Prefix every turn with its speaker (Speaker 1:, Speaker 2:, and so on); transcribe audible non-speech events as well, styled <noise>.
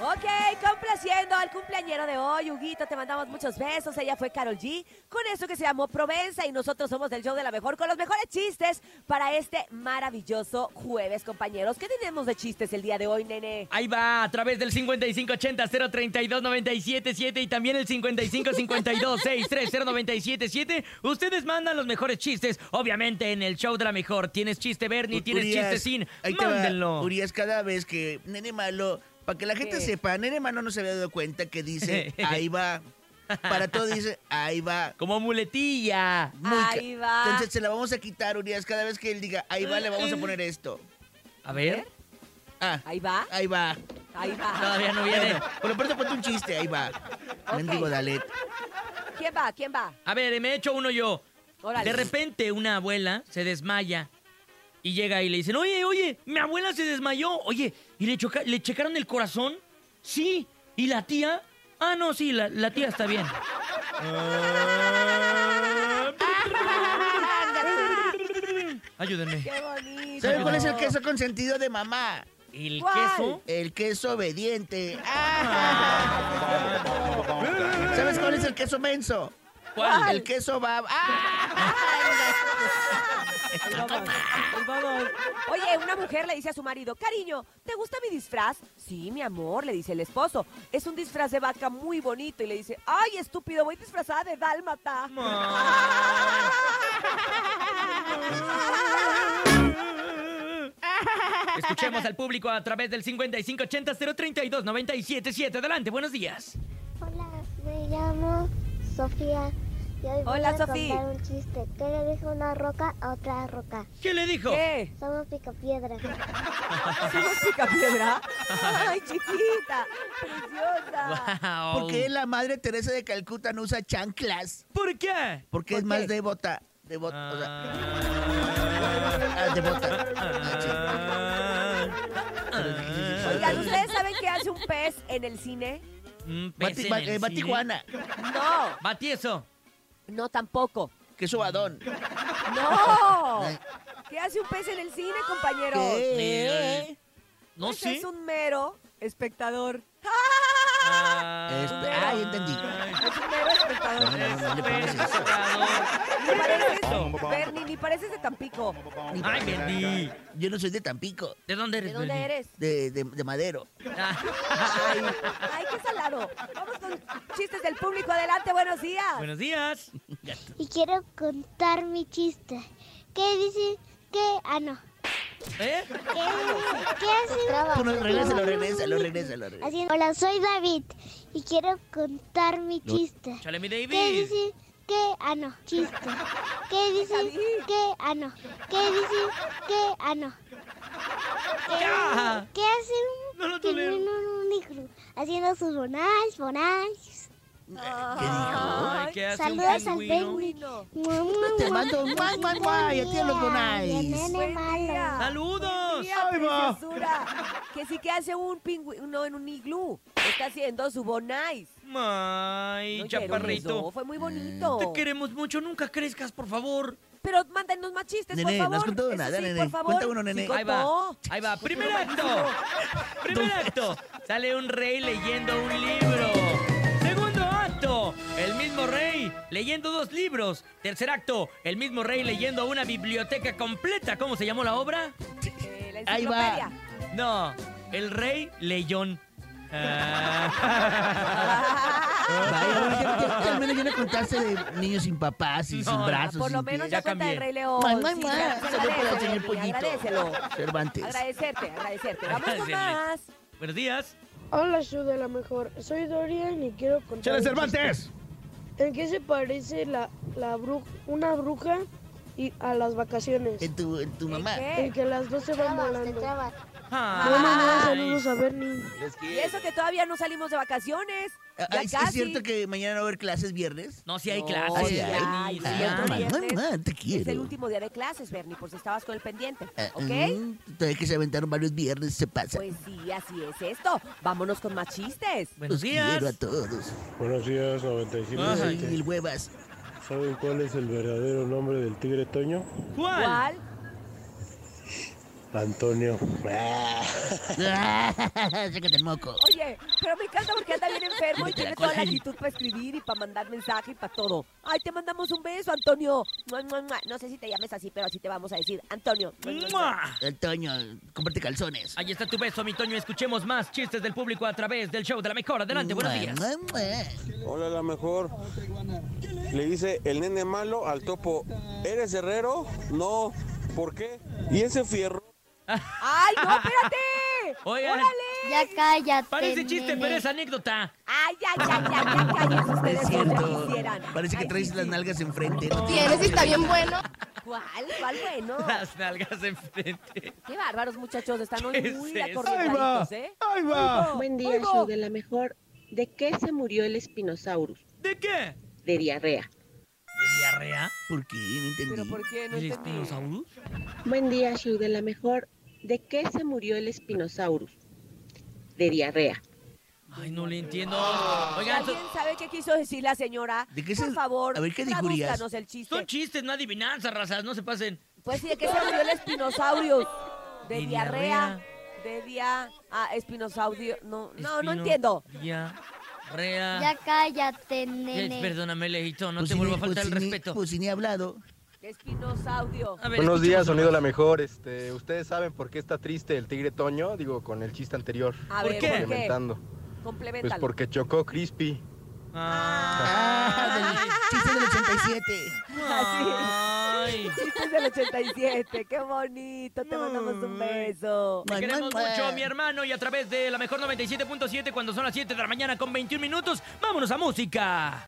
Speaker 1: Ok, complaciendo al cumpleañero de hoy, Huguito, te mandamos muchos besos. Ella fue Carol G con eso que se llamó Provenza y nosotros somos del show de la mejor con los mejores chistes para este maravilloso jueves, compañeros. ¿Qué tenemos de chistes el día de hoy, nene?
Speaker 2: Ahí va, a través del 5580-032-977 y también el 5552-630-977. Ustedes mandan los mejores chistes, obviamente en el show de la mejor. ¿Tienes chiste Bernie? ¿Tienes
Speaker 3: Urias,
Speaker 2: chiste sin?
Speaker 3: ahí te va,
Speaker 2: Mándenlo.
Speaker 3: Urias, cada vez que Nene Malo, para que la gente
Speaker 1: ¿Qué?
Speaker 3: sepa, Nene Malo no se había dado cuenta
Speaker 2: <laughs>
Speaker 3: que dice, ahí va. Para todo dice, ahí va.
Speaker 2: Como muletilla.
Speaker 3: Muy ca-
Speaker 1: Ahí va.
Speaker 3: Entonces se la vamos a quitar, Urias. Cada vez que él diga, ahí va, le vamos a poner esto.
Speaker 2: A ver,
Speaker 3: Ah,
Speaker 1: Ahí va,
Speaker 3: ahí va.
Speaker 1: ahí va.
Speaker 2: todavía no viene.
Speaker 3: Bueno, por lo pronto ponte un chiste, ahí va.
Speaker 1: Ok.
Speaker 3: Mendigo Dalet.
Speaker 1: ¿Quién va? ¿Quién va?
Speaker 2: A ver, me he hecho uno yo.
Speaker 1: Órale.
Speaker 2: De repente una abuela se desmaya y llega y le dicen, oye, oye, mi abuela se desmayó. Oye, ¿y le, choca- le checaron el corazón? Sí. ¿Y la tía? Ah, no, sí, la, la tía está bien. Ayúdenme.
Speaker 1: ¡Qué bonito!
Speaker 3: ¿Saben cuál es el queso consentido de mamá?
Speaker 2: ¿El
Speaker 1: ¿Cuál?
Speaker 2: queso?
Speaker 3: El queso obediente. Ah. <laughs> ¿Sabes cuál es el queso menso?
Speaker 2: ¿Cuál?
Speaker 3: El queso va. ¡Ah!
Speaker 1: El babón, el babón. Oye, una mujer le dice a su marido, cariño, ¿te gusta mi disfraz? Sí, mi amor, le dice el esposo. Es un disfraz de vaca muy bonito. Y le dice, ay, estúpido, voy disfrazada de dálmata. Ah.
Speaker 2: Escuchemos al público a través del 5580-032-977. Adelante, buenos días.
Speaker 4: Hola, me llamo Sofía. Y hoy voy
Speaker 1: Hola,
Speaker 4: a
Speaker 1: Sofi.
Speaker 4: contar un chiste. ¿Qué le dijo una roca a otra roca?
Speaker 2: ¿Qué le dijo?
Speaker 1: ¿Qué?
Speaker 4: Somos picapiedra.
Speaker 1: ¿Somos picapiedra? Ay, chiquita, preciosa.
Speaker 2: Wow.
Speaker 3: ¿Por qué la madre Teresa de Calcuta no usa chanclas?
Speaker 2: ¿Por qué?
Speaker 3: Porque
Speaker 1: ¿Por
Speaker 3: es más
Speaker 1: qué?
Speaker 3: devota. Devota. O sea, ah,
Speaker 2: <laughs>
Speaker 3: devota. Ah, sí.
Speaker 1: Oigan, ¿ustedes saben qué hace un pez en el cine?
Speaker 2: Un pez
Speaker 3: Bati-
Speaker 2: en
Speaker 3: ba-
Speaker 2: el
Speaker 3: eh,
Speaker 2: cine.
Speaker 3: Batijuana.
Speaker 1: No,
Speaker 2: Batieso.
Speaker 1: no tampoco.
Speaker 3: Queso badón.
Speaker 1: ¡No! ¿Qué hace un pez en el cine, compañero?
Speaker 3: ¿Qué?
Speaker 2: No
Speaker 1: Pues
Speaker 2: sé.
Speaker 1: Es un mero espectador.
Speaker 2: Ah.
Speaker 3: Este- ay, entendí.
Speaker 1: Es un mero espectador.
Speaker 3: No, no, no le pongas eso.
Speaker 1: Ni pareces, Bernie, ni pareces de Tampico.
Speaker 2: Ay, Bendy.
Speaker 3: Yo no soy de Tampico,
Speaker 2: ¿De dónde eres?
Speaker 1: ¿De
Speaker 2: Ah.
Speaker 1: dónde
Speaker 2: Bendy?
Speaker 1: eres?
Speaker 3: de, de, de Madero.
Speaker 1: Ay, ay, qué salado. Vamos con chistes del público. Adelante, buenos días.
Speaker 2: Buenos días.
Speaker 4: Y quiero contar mi chiste. ¿Qué dice? ¿Qué? Ah, no.
Speaker 2: ¿Eh?
Speaker 4: ¿Qué,
Speaker 1: <laughs>
Speaker 4: qué hace?
Speaker 3: Bueno, regrésalo, regrésalo, regrésalo. regrésalo.
Speaker 4: Así, hola, soy David. Y quiero contar mi chiste.
Speaker 2: Chale, mi
Speaker 4: ¿Qué
Speaker 2: David.
Speaker 4: dice? ¿Qué? Ah, no. Chiste.
Speaker 2: <laughs>
Speaker 4: ¿Qué dice?
Speaker 1: David.
Speaker 4: ¿Qué? Ah, no. ¿Qué dice? ¿Qué? Ah, no.
Speaker 2: Ya.
Speaker 4: ¿Qué hace un
Speaker 2: No lo tolero.
Speaker 4: pingüino en un micro? Haciendo sus bonais, bonais.
Speaker 3: eh,
Speaker 2: Ay, ¿qué hace un
Speaker 4: Saludos al
Speaker 2: pingüino?
Speaker 1: Uy, no.
Speaker 4: Mua, mua,
Speaker 3: Te
Speaker 4: mua.
Speaker 3: mando un guay, guay, guay, a ti a los bonais.
Speaker 4: Nene
Speaker 1: Buen día.
Speaker 4: malo.
Speaker 2: ¡Saludos!
Speaker 1: Mira,
Speaker 3: Ahí va.
Speaker 1: preciosura. Que sí que hace un pingüino en un iglú. Está haciendo su bonais.
Speaker 2: Ay,
Speaker 1: ¿No oyeron eso?
Speaker 2: chaparrito.
Speaker 1: Fue
Speaker 3: Mm.
Speaker 1: muy bonito.
Speaker 2: Te queremos mucho, nunca crezcas, por favor.
Speaker 1: Pero mándanos más chistes,
Speaker 3: Nene,
Speaker 1: por
Speaker 3: no
Speaker 1: favor.
Speaker 3: has contado
Speaker 1: Eso
Speaker 3: nada,
Speaker 1: sí,
Speaker 3: nene.
Speaker 1: Por favor.
Speaker 3: Cuenta uno, nene.
Speaker 1: Sí,
Speaker 2: Ahí va,
Speaker 1: contó.
Speaker 2: ahí va. Primer acto. Primer acto. Sale un rey leyendo un libro. Segundo acto. El mismo rey leyendo dos libros. Tercer acto. El mismo rey leyendo una biblioteca completa. ¿Cómo se llamó la obra?
Speaker 1: Eh, la
Speaker 3: Ahí va.
Speaker 1: enciclopedia.
Speaker 2: No. El rey leyón. Ah. <laughs>
Speaker 3: Vaya, oye, ya- ya- ya al menos ya le contaste de niños sin papás y
Speaker 2: No,
Speaker 3: sin
Speaker 2: no,
Speaker 3: brazos.
Speaker 1: Por lo
Speaker 3: sin
Speaker 1: menos
Speaker 3: pies.
Speaker 1: ya
Speaker 2: Ya
Speaker 1: cuenta
Speaker 2: cambié.
Speaker 1: el Rey León.
Speaker 3: Mua, mua,
Speaker 1: Sí,
Speaker 3: mua.
Speaker 1: gra- se
Speaker 3: Saludos para el
Speaker 1: agradece,
Speaker 3: señor
Speaker 1: Bernie,
Speaker 3: Pollito.
Speaker 1: Agradecelo.
Speaker 3: Cervantes.
Speaker 1: Agradecerte,
Speaker 3: <laughs>
Speaker 1: agradecerte. Vamos con
Speaker 2: Agradecerle.
Speaker 1: más.
Speaker 2: Buenos días.
Speaker 5: Hola, yo de la mejor. Soy Dorian y quiero contar. un
Speaker 3: Cervantes!
Speaker 5: chiste. ¿En qué se parece la, la bru- una bruja y a las vacaciones?
Speaker 3: En tu, en tu mamá.
Speaker 1: ¿En
Speaker 5: En
Speaker 1: qué?
Speaker 5: que las dos se van
Speaker 4: Trabas, te
Speaker 5: volando.
Speaker 4: trabas.
Speaker 5: Bueno, no,
Speaker 2: Ay.
Speaker 5: saludos a Bernie.
Speaker 1: Y eso que todavía no salimos de vacaciones.
Speaker 3: Ah,
Speaker 1: Ya
Speaker 3: ¿Es
Speaker 1: casi.
Speaker 3: es cierto que mañana no va a haber clases viernes?
Speaker 2: No, si hay
Speaker 1: No,
Speaker 2: clases.
Speaker 3: sí hay.
Speaker 2: Bernie, sí
Speaker 1: Ah,
Speaker 2: hay.
Speaker 1: otro
Speaker 3: mamá,
Speaker 1: viernes.
Speaker 3: mamá,
Speaker 1: Es
Speaker 3: te
Speaker 1: el
Speaker 3: quiero.
Speaker 1: último día de clases, Bernie, por si estabas con el pendiente.
Speaker 3: Ah,
Speaker 1: ¿Ok?
Speaker 3: mm, Todavía que se aventaron varios viernes, se pasa.
Speaker 1: Pues sí, así es esto. Vámonos con más chistes.
Speaker 2: Buenos
Speaker 3: Los quiero a
Speaker 2: días.
Speaker 3: todos.
Speaker 6: Buenos días, 95.
Speaker 2: Ajá.
Speaker 3: Ay, mil huevas. <laughs>
Speaker 6: ¿Saben cuál es el verdadero nombre del tigre Toño?
Speaker 2: ¿Cuál?
Speaker 1: ¿Cuál?
Speaker 6: Antonio. Ah.
Speaker 3: Sácate el moco.
Speaker 1: Oye, pero me encanta porque anda bien enfermo y
Speaker 2: Quítate
Speaker 1: tiene
Speaker 2: la
Speaker 1: toda la
Speaker 2: cola.
Speaker 1: actitud para escribir y para mandar mensaje y para todo. Ay, te mandamos un beso, Antonio. Mua, mua, mua. No sé si te llames así, pero así te vamos a decir. Antonio. Mua, mua, mua.
Speaker 2: ¡Mua!
Speaker 3: Antonio, comparte calzones.
Speaker 2: Ahí está tu beso, mi Toño. Escuchemos más chistes del público a través del show de la mejor. Adelante, buenos días.
Speaker 3: Mua, mua.
Speaker 7: Hola, la mejor. Le dice el nene malo al topo. ¿Eres herrero? No. ¿Por qué? ¿Y ese fierro?
Speaker 1: Ay, no, espérate.
Speaker 2: Oigan.
Speaker 1: Órale.
Speaker 4: Ya cállate.
Speaker 2: Parece chiste,
Speaker 4: nene.
Speaker 2: pero es anécdota.
Speaker 1: Ay, ya, ya, ya, ya, cállense
Speaker 3: No
Speaker 1: ustedes porque
Speaker 3: Es cierto.
Speaker 1: quisieran.
Speaker 3: Parece que
Speaker 1: Ay,
Speaker 3: traes
Speaker 1: sí,
Speaker 3: las
Speaker 1: sí.
Speaker 3: nalgas enfrente.
Speaker 8: Tienes y está bien bueno.
Speaker 1: ¿Cuál? ¿Cuál
Speaker 3: <laughs>
Speaker 1: bueno?
Speaker 2: Las nalgas enfrente.
Speaker 1: Qué bárbaros, muchachos. Están hoy
Speaker 2: ¿Qué es
Speaker 1: muy
Speaker 2: eso?
Speaker 1: acorrentaditos, ¿eh?
Speaker 9: ¡Ahí va!
Speaker 10: Buen día,
Speaker 1: Oigo.
Speaker 10: show de la mejor. ¿De qué se murió el Spinosaurus?
Speaker 2: ¿De qué?
Speaker 10: De diarrea.
Speaker 2: ¿De diarrea? este,
Speaker 3: ¿Por qué? No
Speaker 1: Pero
Speaker 3: entendí.
Speaker 1: ¿por qué no
Speaker 2: ¿El
Speaker 1: entendí?
Speaker 2: espinosaurus?
Speaker 10: Buen día, show de la mejor. ¿De qué se murió el Spinosaurus? De diarrea.
Speaker 2: Ay, no le entiendo.
Speaker 1: Si
Speaker 2: Oigan, son,
Speaker 1: alguien sabe qué quiso decir la señora,
Speaker 3: ¿De qué
Speaker 1: por
Speaker 3: se-
Speaker 1: favor,
Speaker 3: a ver, ¿qué dijo Urias?
Speaker 1: tradúzcanos el chiste.
Speaker 2: son chistes, no adivinanzas, razas. No se pasen.
Speaker 1: Pues sí, ¿de qué se murió el espinosaurio? De,
Speaker 2: De
Speaker 1: diarrea. De dia... Ah, espinosaurio. No, no, no entiendo.
Speaker 2: Diarrea.
Speaker 4: Ya cállate,
Speaker 2: Eh,
Speaker 4: nene.
Speaker 2: Perdóname, Lejito, no
Speaker 3: Pues
Speaker 2: te
Speaker 3: si
Speaker 2: vuelvo a
Speaker 3: ni-
Speaker 2: faltar
Speaker 3: pues
Speaker 2: el
Speaker 3: si ni-
Speaker 2: respeto.
Speaker 3: Pues si ni he hablado.
Speaker 1: Espinosaurio.
Speaker 2: A ver,
Speaker 7: Buenos
Speaker 2: escuchemos
Speaker 7: días, sonido
Speaker 2: una-
Speaker 7: la mejor. Este, ustedes saben por qué está triste el tigre Toño, digo, con el chiste anterior.
Speaker 1: A
Speaker 2: ¿Por
Speaker 1: ver,
Speaker 2: qué?
Speaker 1: ¿por qué?
Speaker 7: Complementando. Pues
Speaker 1: Complementalo.
Speaker 7: porque chocó Crispy.
Speaker 2: Ah.
Speaker 3: Ah, del chiste del 87.
Speaker 1: <laughs> Ah,
Speaker 2: Ay.
Speaker 1: Chistes del 87, qué bonito, te mandamos un beso.
Speaker 2: Te
Speaker 3: Mua,
Speaker 2: queremos
Speaker 3: mua, mua.
Speaker 2: mucho, mi hermano, y a través de la mejor 97.7 cuando son las 7 de la mañana con 21 minutos, vámonos a música.